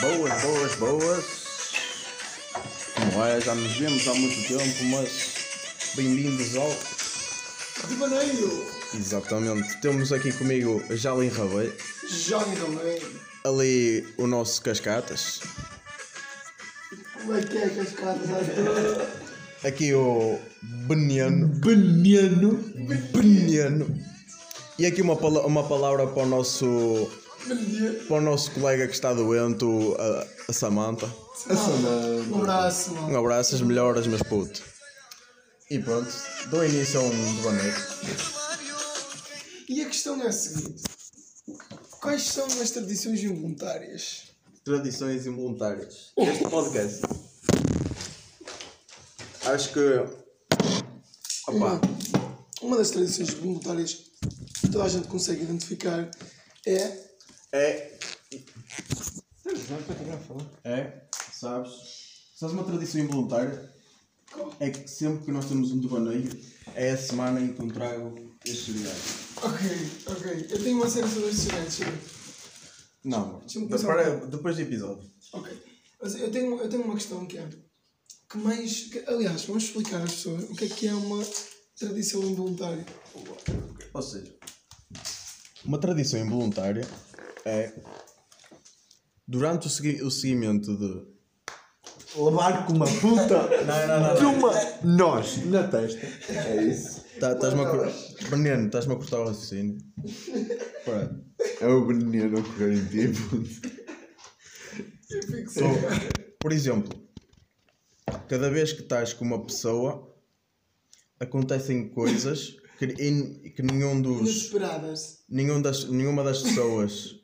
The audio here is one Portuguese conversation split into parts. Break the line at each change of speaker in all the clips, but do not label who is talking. Boas, boas, boas. Como é? Já nos vemos há muito tempo, mas bem-vindos ao.
Ribaneiro!
Exatamente. Temos aqui comigo Jalim Rabei,
Johnny Ribaneiro!
ali o nosso Cascatas,
Como é que é que as casas à
aqui o Beniano,
Beniano!
Beniano, e aqui uma, pala- uma palavra para o nosso.
Beniano!
para o nosso colega que está doente, o- a, a Samanta.
Um abraço, mano!
Um abraço, as melhoras, meus puto. E pronto, dou início a um devaneio.
E a questão é a seguinte: quais são as tradições involuntárias?
Tradições involuntárias. Este podcast. Acho que. Opa,
Uma das tradições involuntárias que toda a gente consegue identificar é.
é. É, sabes? Sabes uma tradição involuntária? É que sempre que nós temos um devaneio, é a semana em que eu trago este viagem.
Ok, ok. Eu tenho uma série sobre estes eventos. sim.
Não,
Deixa-me
mas
pensar um
para depois do episódio.
Ok. Mas eu tenho, eu tenho uma questão que é. Que mais. que- aliás, vamos explicar às pessoas o que é que é uma tradição involuntária.
Ou seja, uma tradição involuntária é durante o, segui- o seguimento de.
Levar com uma puta
Não, não, não,
de uma nós na testa. É isso.
Tá, Estás-me a cortar. Bernardo, estás-me a cortar o raciocínio. Pronto.
É o veneno a correr em ti, puto.
Eu fico
Então, por exemplo, cada vez que estás com uma pessoa, acontecem coisas que, in- que nenhum dos,
inesperadas.
nenhum das, nenhuma das pessoas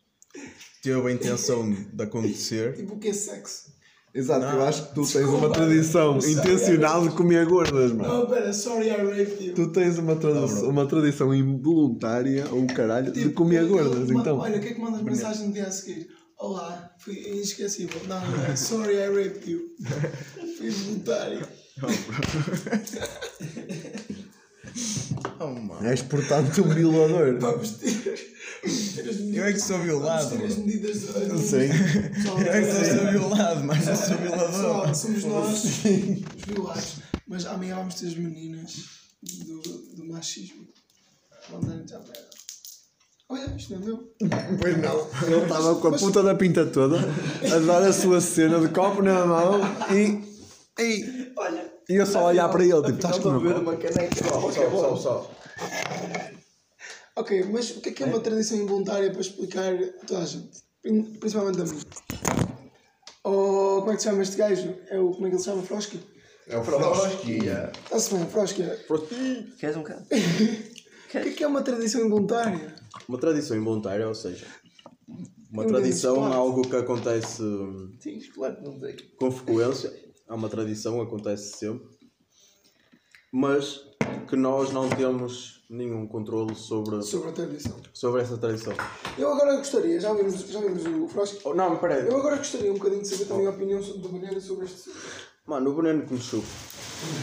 teve a intenção de acontecer.
Tipo, o que é sexo?
Exato,
Não.
Ah,
eu acho que tu tens uma tradição
é
intencional de comer gordas, mano.
Oh, pera, sorry I raped you.
Tu tens uma,
Não,
tradu-
bro.
uma tradição involuntária, ou caralho, de
Tipo,
comer
eu-
gordas,
ma-
então.
Olha, o que é que mandas mensagem no dia a seguir? Olá, fui inesquecível. Não, não, não, sorry I raped you. Fui involuntário.
Oh, mano.
És, portanto, um violador.
Vamos tirar vamos tirar as
Eu
medidas.
é que sou violado.
Vamos tirar as
mano.
medidas.
Não Ah, sei.
Pessoal,
Eu é que sou violado, mas não sou violador.
Pessoal, somos nós os violados. Mas amanhã vamos ter as meninas do, do machismo. Vão dar-nos à merda. Olha, isto não é meu.
Pois não. Ele estava com a puta da pinta toda, a dar a sua cena de copo na mão e. E,
Olha.
e eu só olhar para ele, tipo, estás com o meu copo?
Pessoal, pessoal.
Ok, mas o que é que é uma tradição involuntária para explicar a toda a gente? Prin- Principalmente a mim. Ou como é que se chama este gajo? É o, como é que ele se chama? Frosky?
É o Frosquinha.
Está-se bem, Frosky. O
Queres um bocado?
que é que é uma tradição involuntária?
Uma tradição involuntária, ou seja, uma
Não
tradição
temos
é algo que acontece hum,
Sim, claro que não tem.
com frequência. Há uma tradição, acontece sempre. Mas que nós não temos nenhum controle sobre,
Sobre a tradição.
sobre essa tradição.
Eu agora gostaria, já vimos, já vimos o Frosky.
Oh, não, peraí.
Eu agora gostaria um bocadinho de saber também a opinião so- do Banheiro sobre este assunto.
Mano, o veneno que me chupa.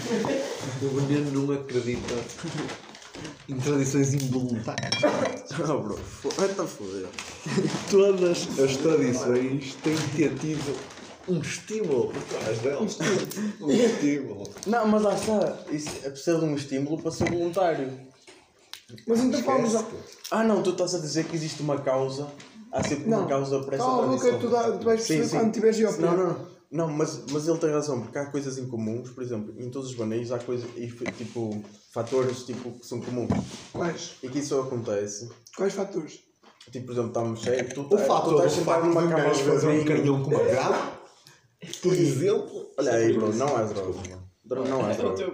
O veneno não acredita em tradições involuntárias.
Não, bro. Vai-te a foder.
Todas as tradições têm que ter tido um estímulo por trás delas. Um estímulo.
Não, mas lá está. Isso é preciso de um estímulo para ser voluntário.
Mas então vamos a.
Ah, não, tu estás a dizer que existe uma causa. Há sempre uma causa para essa
Calma,
tradição.
ok, tu, dá, tu vais perceber quando tiveres a opinião.
Não, não, não. Não, mas, mas ele tem razão, porque há coisas incomuns, por exemplo, em todos os baneiros há coisas, e, tipo, fatores tipo, que são comuns.
Quais?
E que isso acontece.
Quais fatores?
Tipo, por exemplo, estamos cheios, tu,
O
tá-
fato
tu
de
estás
um
sentado numa cama
gajo
de
fazer um
sozinho.
canhão com uma grava, por exemplo.
Olha aí, bro, não é droga, mano. Dro- Não é droga.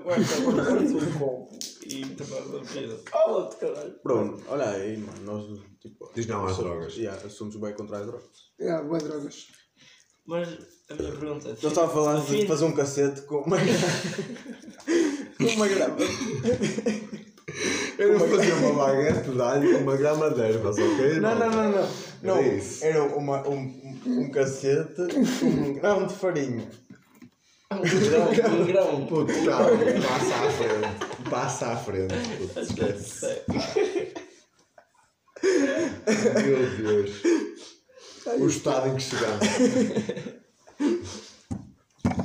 Cala-te, caralho.
Bro, olha aí, mano, nós, tipo...
Diz não às
somos-
drogas.
Yeah, somos bem contra as drogas.
É, yeah, boa drogas.
Mas a minha pergunta é.
Eu estava a falar de
Define-
fazer um cacete com uma... com uma grama.
Eu não fazia uma baguete de alho com uma grama de ervas, ok?
Não, não, não, não. Não,
Era isso.
era uma, um, um, um cacete com um grão de farinha.
Um grão, um grão.
É Puto, calma, passa à frente. Passa à frente, puto,
é.
esquece. Meu Deus. o estado em que chegamos.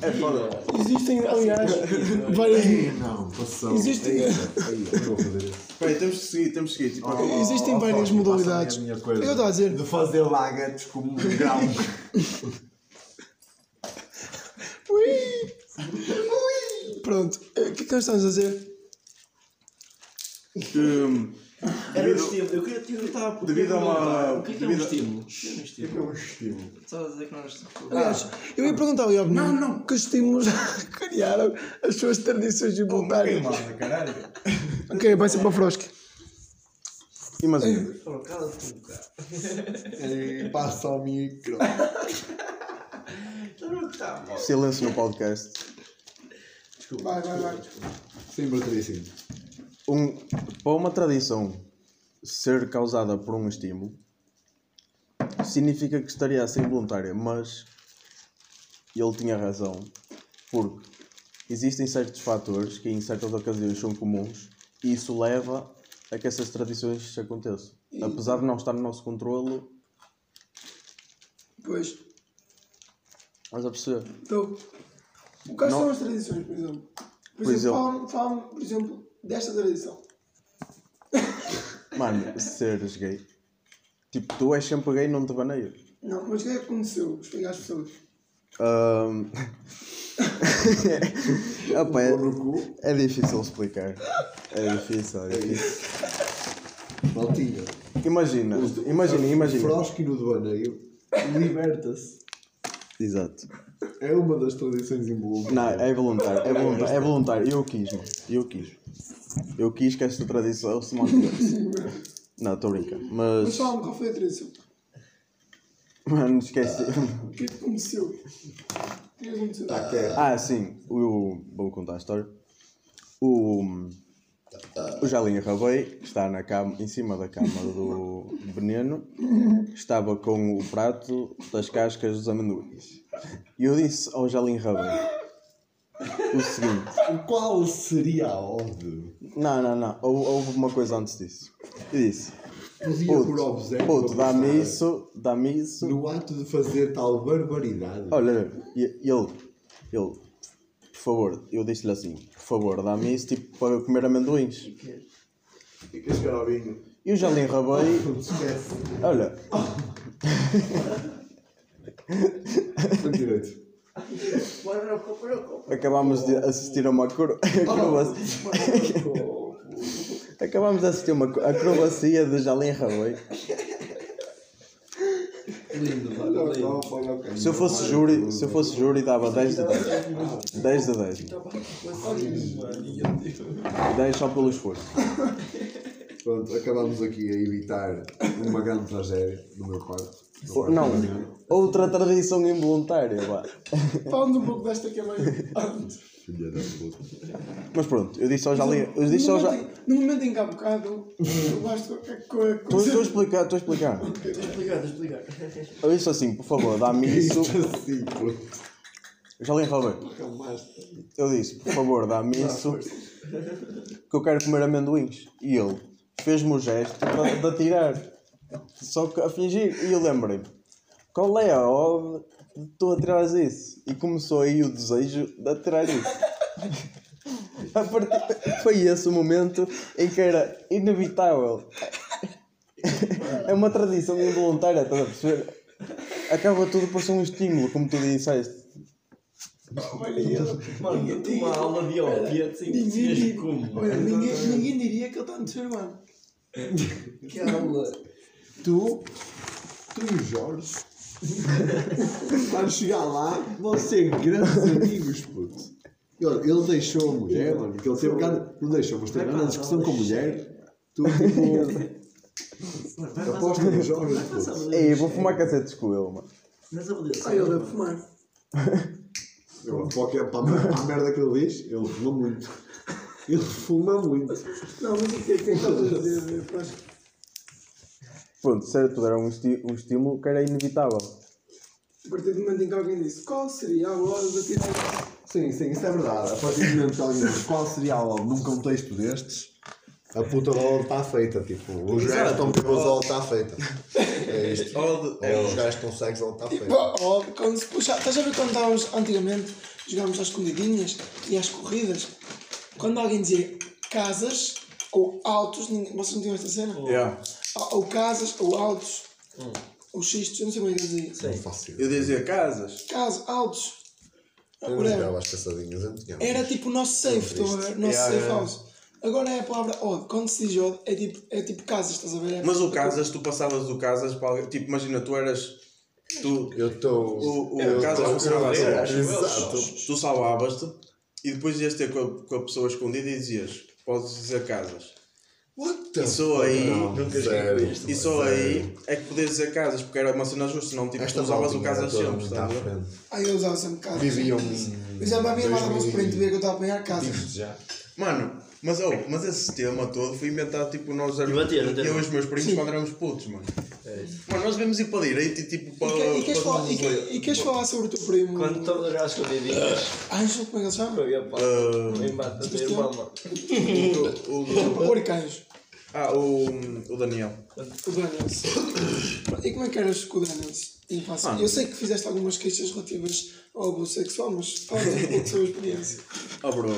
É foda.
Existem, aliás, várias.
Ei, não, passou.
Existem-
Ei, ei, eu não vou fazer isso.
Espera aí, temos que seguir, temos que seguir. Tipo, ok.
Existem
Oh,
várias
Fábio,
modalidades.
passa-me a minha coisa
Eu estou a dizer.
De fazer lagatos como um grau.
Pronto, eh, o que é que nós estamos a dizer?
Hum,
Era um estímulo. Eu queria te perguntar porque
Devido a uma-
perguntar, O que é que é um
devido a-
estímulo? O que é que é um estímulo?
um estímulo.
Estás a dizer que nós.
Aliás, eu ia perguntar ao Iobni não, não. que estímulos criaram as suas tradições involuntárias.
queimada, caralho.
ok, vai ser para o Frosque.
E mais um.
Oh, cala-te um bocado.
E passa ao micro.
tá.
Silêncio no podcast.
Vai, vai, vai.
Sim, Bertríssimo.
Um, para uma tradição ser causada por um estímulo, significa que estaria a ser involuntária, mas ele tinha razão, porque existem certos fatores que em certas ocasiões são comuns e isso leva a que essas tradições se aconteçam. Apesar de não estar no nosso controlo,
Pois,
Mas a perceber.
então, quais
Não.
são as tradições, por exemplo? Por,
Por
exemplo,
exemplo.
fala-me, fala-me, por exemplo, desta tradição.
Mano, seres gay. Tipo, tu és sempre gay e não te baneio.
Não, mas o que é que aconteceu? Explica às pessoas.
Ahm. Opa,
Pôr no
é,
cu,
é difícil explicar. É difícil, é difícil.
maltinha.
É Imagina, imagina, imagina.
É Frosque no doaneio liberta-se.
Exato.
É uma das tradições involuntárias.
Não, é voluntário, é voluntário, é voluntário. Eu quis, mano. Eu quis. Eu quis que esta tradição se mantivesse. Não, estou a brincar.
Mas
Mas,
fala-me qual foi a tradição.
mano, esquece.
O que é que aconteceu? O que é que aconteceu?
Tá, que é.
Ah, sim, o, vou contar a história. O, o Jalinho Rabei está na cama, em cima da cama do veneno, estava com o prato das cascas dos amendoins. E eu disse ao Jalinho Rabei o seguinte:
Qual seria a ordem?
Não, não, não, hou- houve uma coisa antes disso. E disse:
Podia por obséquio.
Puto, puto
apostar
dá-me isso, dá-me isso.
No ato de fazer tal barbaridade.
Olha, e- ele, ele, por favor, eu disse-lhe assim, por favor, dá-me isso tipo para eu comer amendoins.
Fica escarobinho.
E o Jalim Rabei,
Esquece.
olha,
Tem direito.
acabámos de assistir a uma acro- acrobacia. acabámos de assistir a uma acro- acrobacia de Jalim Rabei. Se eu fosse júri, se eu fosse júri dava 10 de 10. 10 de 10. 10 só pelo esforço.
Pronto, acabamos aqui a evitar uma grande tragédia do meu quarto.
Não, outra tradição involuntária, vá.
Fala-nos um pouco desta que é mais.
Filha da puta.
Mas pronto, eu disse ao Jalim, eu disse
no,
ao
momento,
Jalim...
em- no momento em que há bocado, eu gosto que a coisa.
Estou estou a explicar, estou a explicar.
Explicar, explicar.
Eu disse assim, por favor, dá-me
Isto
isso.
assim, puto.
Jalim Rabei,
Calmaste.
eu disse, por favor, dá-me isso. Que eu quero comer amendoins. E ele fez-me o gesto para de atirar. Só que a fingir. E eu lembrei-me, qual é a ode de tu atirares isso? E começou aí o desejo de atirar isso. A partir... Foi esse o momento em que era inevitável. É uma tradição involuntária, estás a perceber? Acaba tudo por ser um estímulo, como tu disseste.
Mano, tu uma aula de ópia sem que
Ninguém,
dizias
diria-
como.
olha, ninguém, ninguém diria que ele está no ser humano.
Que aula.
Tu, tu e o Jorge, quando chegar lá, vão ser grandes amigos, puto. E olha, Ele deixou a mulher, mano, porque ele teve grande. Não deixou, mas teve grande discussão com a mulher. Tu, tipo. Aposta no Jorge, puto.
Ei, eu vou fumar cacetes com ele, mano.
Mas eu disse.
Aí ele deve fumar.
Eu, qualquer- Para a mer- para a merda que ele diz, ele fuma muito. Ele fuma muito.
Não, mas o que é que é que estás a dizer? Frosque?
Pronto, certo, era um, esti- um estímulo que era inevitável.
A partir do momento em que alguém disse qual seria a hora de atirar.
Sim, sim, isso é verdade. A partir do momento que alguém diz qual seria a aula num contexto destes, A puta da aula está feita, tipo, os
Exato.
gajos estão bêbados, a aula está feita. É isto.
Old
um
Ou os gajos estão cegos, a aula está
Tipo,
feita.
ó, quando se puxa, estás a ver quando estávamos antigamente, jogávamos às escondidinhas e às corridas, quando alguém dizia casas ou autos, ninguém- vocês não tinham esta cena?
Yeah.
Ou, ou casas ou autos, ou xistos, eu não sei como é que eu dizia.
Não faço
Eu
ideia.
dizia casas.
Caso, autos.
Eu não
Whatever.
jogava as caçadinhas, eu não tinha.
Era tipo o nosso safe, estão a ver? Nosso
Yeah,
safe
yeah.
house. Agora é a palavra odd. Quando se diz odd, é tipo, é tipo casas, estás a ver? É-
Mas o casas, tu passavas do casas para alguém. Tipo, imagina, tu eras. Tu,
Eu estou.
o, o casas funcionava assim.
Exato.
Tu salvavas-te e depois ias ter com a, com a pessoa escondida e dizias: Podes dizer casas.
What the
E só aí-
fuck? Não,
Nunca
sério.
joguei isto,
E só aí é que podias dizer casas, porque era uma cena justa, não tipo, tu
Esta
usavas
malta
o casas
era toda
sempre,
muito
estás a
à
ver?
frente.
Aí eu usava sempre casas.
Viviam.
Eu já para mim lá para o print ver que eu estava a apanhar casas.
Tipo,
Já.
Mano, mas, oh, mas esse sistema todo foi inventado tipo nós
E bater, bater.
eu e os meus primos quando éramos putos, mano. Mano, nós devemos ir para a direita e tipo para.
E que- E queres
para
falar- e que- e queres falar sobre o teu primo?
Quando estamos a jogar as escondidinhas,
Anjo, como é que ele se chama?
eu ia para
Ah.
me embate da minha irmã, mano.
o, o- o-
Orcanjo.
ah, o, o Daniel.
O Daniels. E como é que eras com o Daniels? em relação-
Mano.
Eu sei que fizeste algumas queixas relativas ao abuso sexual, mas fala da sua experiência.
Oh bro.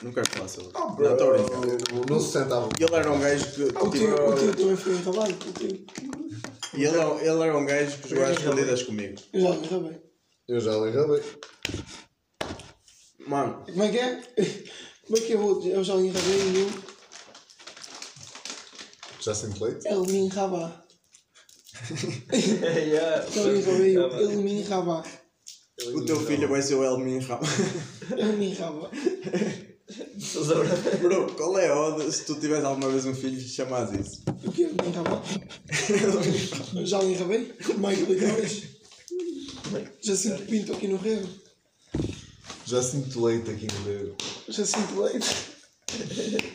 Não quero falar sobre. Não, tô a brincar.
Não se sentava.
Ele era um gajo que.
Ah,
tipo,
O tio, o tio também foi entalado, o tio.
ele, era- ele era um gajo que jogava escondidas comigo.
Eu já, já bem.
Eu já ligava.
Mano,
Como é que é? Como é que eu vou? Eu já lhe enrabei e eu-
Já sente leite?
ele me enraba.
Yeah.
Já lhe enrabei e Então, eu, ele me enraba.
o teu filho vai ser o Elmin Ram.
Ele me enraba.
Estás a ver?
Bro, qual é a odd se tu tiveres alguma vez um filho chamas isso?
O que? Ele me enraba? Já lhe enrabei? é Michael e Doris? Já sinto pinto aqui no rego.
Já sinto leite aqui no dedo.
Já sinto leite.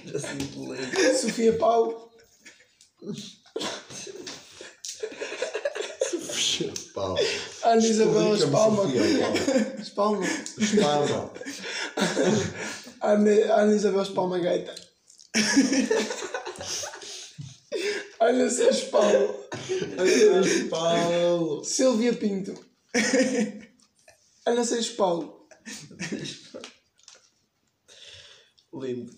Já sinto leite.
Sofia Paulo.
Pau.
Ana Isabel
Explica-me,
Espalma.
Sofia,
Espalma.
Espalma.
Ana, Ana Isabel Espalma Gaita. Ana Sérgio Paulo.
Paulo.
Silvia Pinto. Ana Sérgio Paulo.
Lindo.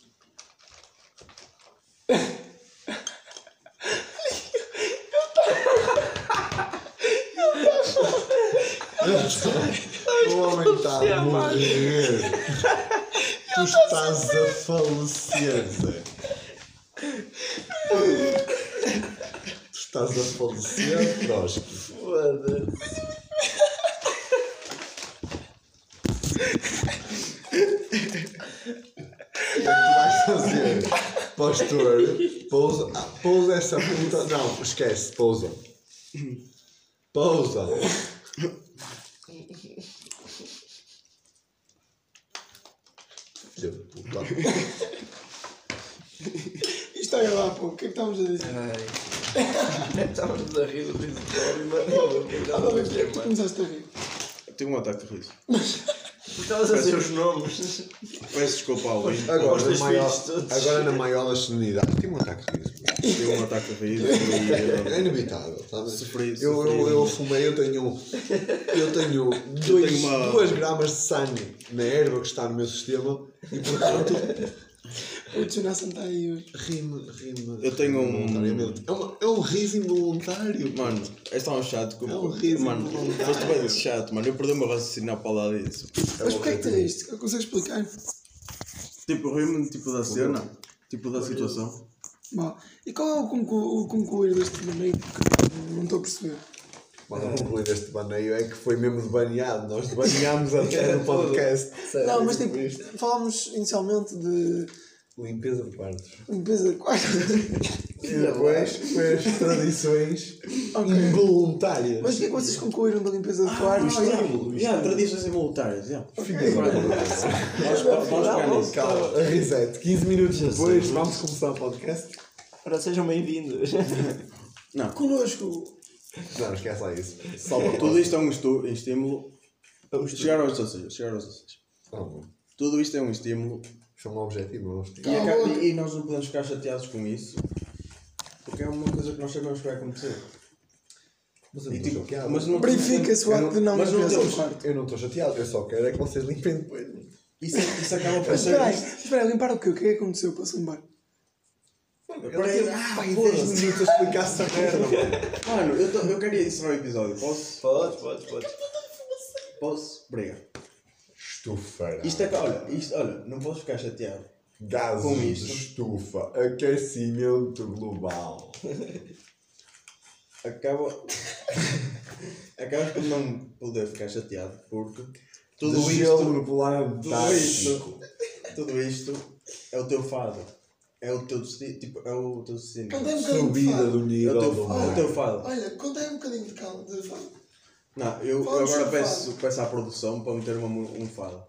O homem está a morrer. Tu estás a falecer, Zé. Tu estás a falecer, Prosky.
Foda-se.
O que é que tu vais fazer? Pastor, pousa, ah, pousa essa puta. Não, esquece, pousa. Pousa. Filha da puta.
Isto está a gravar, pô. O que é que estamos a dizer?
Ai. Estávamos a rir do riso do Toby, mano. Que já não
Talvez tu
sei, mano.
começaste a rir.
Tive um ataque de riso.
Estavas a dizer os nomes.
Peço desculpa ao Luís.
Agora,
Aos
na
teus
maior,
filhos todos.
agora na maior da solenidade, tem um ataque de riso.
Tive um ataque de riso
É
e.
inevitável, sabe?
Sofri,
eu,
sofri.
eu, eu fumei, eu tenho. Eu tenho 2
tenho uma-
gramas de sangue na erva que está no meu sistema e portanto
O Tsunasan está aí hoje.
rime, rime.
Eu tenho um-
involuntariamente. É, uma, é um riso involuntário.
eh, Mano, és tão chato como.
É um riso
mano,
involuntário.
foste bem chato, mano. Eu perdi o meu raciocínio ao falar disso.
Mas porquê é que te riste? Eu consigo explicar?
Tipo, ri-me tipo da cena, tipo da situação.
Bom, e qual é o, conclu o concluir deste momento? Porque não estou a perceber.
Mano, o concluir deste baneio é que foi mesmo debaneado. Nós debaneámos
É
até no podcast.
Não, mas tipo, falámos inicialmente de
Limpeza de quartos.
limpeza de quartos.
E depois foi as tradições involuntárias.
Mas o que é que vocês concluíram da limpeza
Ah,
de quartos?
é
é
Já, tradições involuntárias, já.
Vamos pegar nisso. Calma, reset. 15 minutos depois, vamos começar o podcast.
Ora, sejam bem-vindos.
Não,
Connosco,
Não, esquece lá isso. Só para
tudo isto é um estu-
É um
estímulo. Chegar aos 16, chegar aos 16.
Não,
Tudo isto é um estímulo
é Isso é um objetivo, não é?
E, acaba- e- e nós não podemos ficar chateados com isso. Porque é uma coisa que nós sabemos que vai acontecer.
Mas eu
E,
não estou
tipo,
chateado.
mas não
Verifica-se o
Eu
ato de não
mas não
limpeza do
temos.
quarto.
Eu não estou chateado, eu só quero é que vocês limpem depois.
Isso, isso acaba por
Mas
ser.
espera aí, espera aí, limpar o quê? O que é que aconteceu para se limpar?
Peraí, ah,
Pai, 10
foda-se.
minutos a explicar essa merda, mano.
Mano, eu, tô- eu queria encerrar o episódio. Posso?
Podes, podes, podes.
Posso? Obrigado.
Estufa.
Isto é que, olha, isto, olha, não posso ficar chateado. com
Gases de
isto.
estufa. Aquecimento global.
Acaba. Acabas por não poder ficar chateado porque tudo
De
isto.
Gelo polar
Tudo
antártico.
isto, tudo isto é o teu fado. É o teu destino. Tipo, é o teu destino.
Contei um bocadinho de
Subida
fado.
É
do
o
nível do
teu, é o
mar.
teu fado.
Olha, contei um bocadinho de calma de fado.
Não, eu eu
Fala-nos
agora
sobre
peço, peço à produção para meter uma mu- um fado.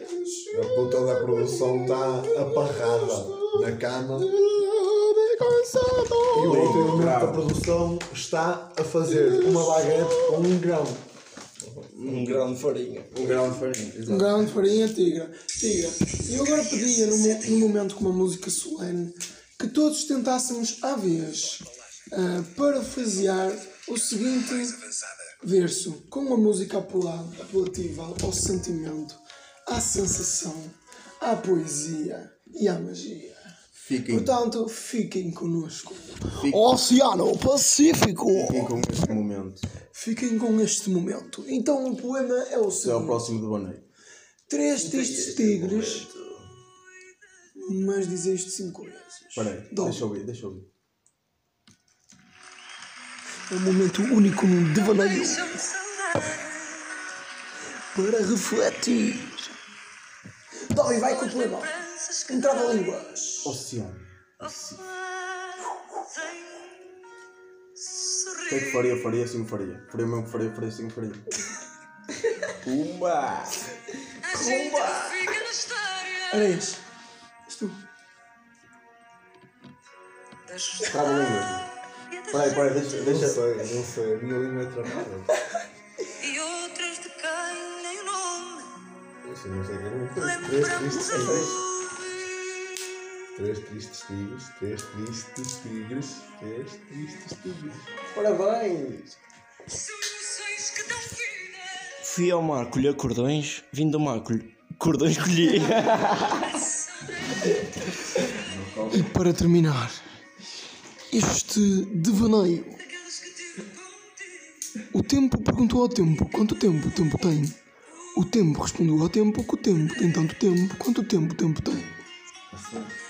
A puta da produção está aparrada na cama. E o outro elemento da produção está a fazer uma baguete com um grão.
Um grão de farinha.
Um grão de farinha. exato.
Um grão de farinha tigra. Tigra. Eu agora pedia, num, mo- num momento com uma música solene, que todos tentássemos à vez ah, parafrasear o seguinte verso, com uma música apela- apelativa ao sentimento, à sensação, à poesia e à magia.
Fiquem,
Portanto, fiquem conosco.
Oceano Pacífico!
fiquem com este momento.
Fiquem com este momento. Então, o poema é
Até
o
ao
seguinte.
próximo do Boneio.
Três destes tigres, mas dizeste cinco vezes.
Espera aí,
Dom.
deixa eu ver, deixa eu ver.
É um momento único num devaneio para refletir. Dolly, vai com o poema. Entrava a língua.
Oceano. O que é que
Sorrir
faria? Faria assim, faria. Faria mesmo, que faria, faria assim, faria. Pumba!
a gente fica na história
Areias. Estou.
das
Trava a língua.
histórias
Espera aí, espera aí, deixa,
Não
deixa.
sei, não sei, a minha língua é travada.
e outras de quem nem o nome
Isso, não sei o que é muito. Três tristes
lembramos a
tigres.
ouvir.
Três tristes tigres. Três tristes tigres. Três tristes tigres.
Parabéns!
Soluções que dão vida
Fui ao mar colher cordões, vim do mar colher cordões colhi.
E para terminar, este devaneio.
aqueles que tive contigo.
O tempo perguntou ao tempo quanto tempo o tempo tem. O tempo respondeu ao tempo que o tempo tem tanto tempo quanto o tempo o tempo tem.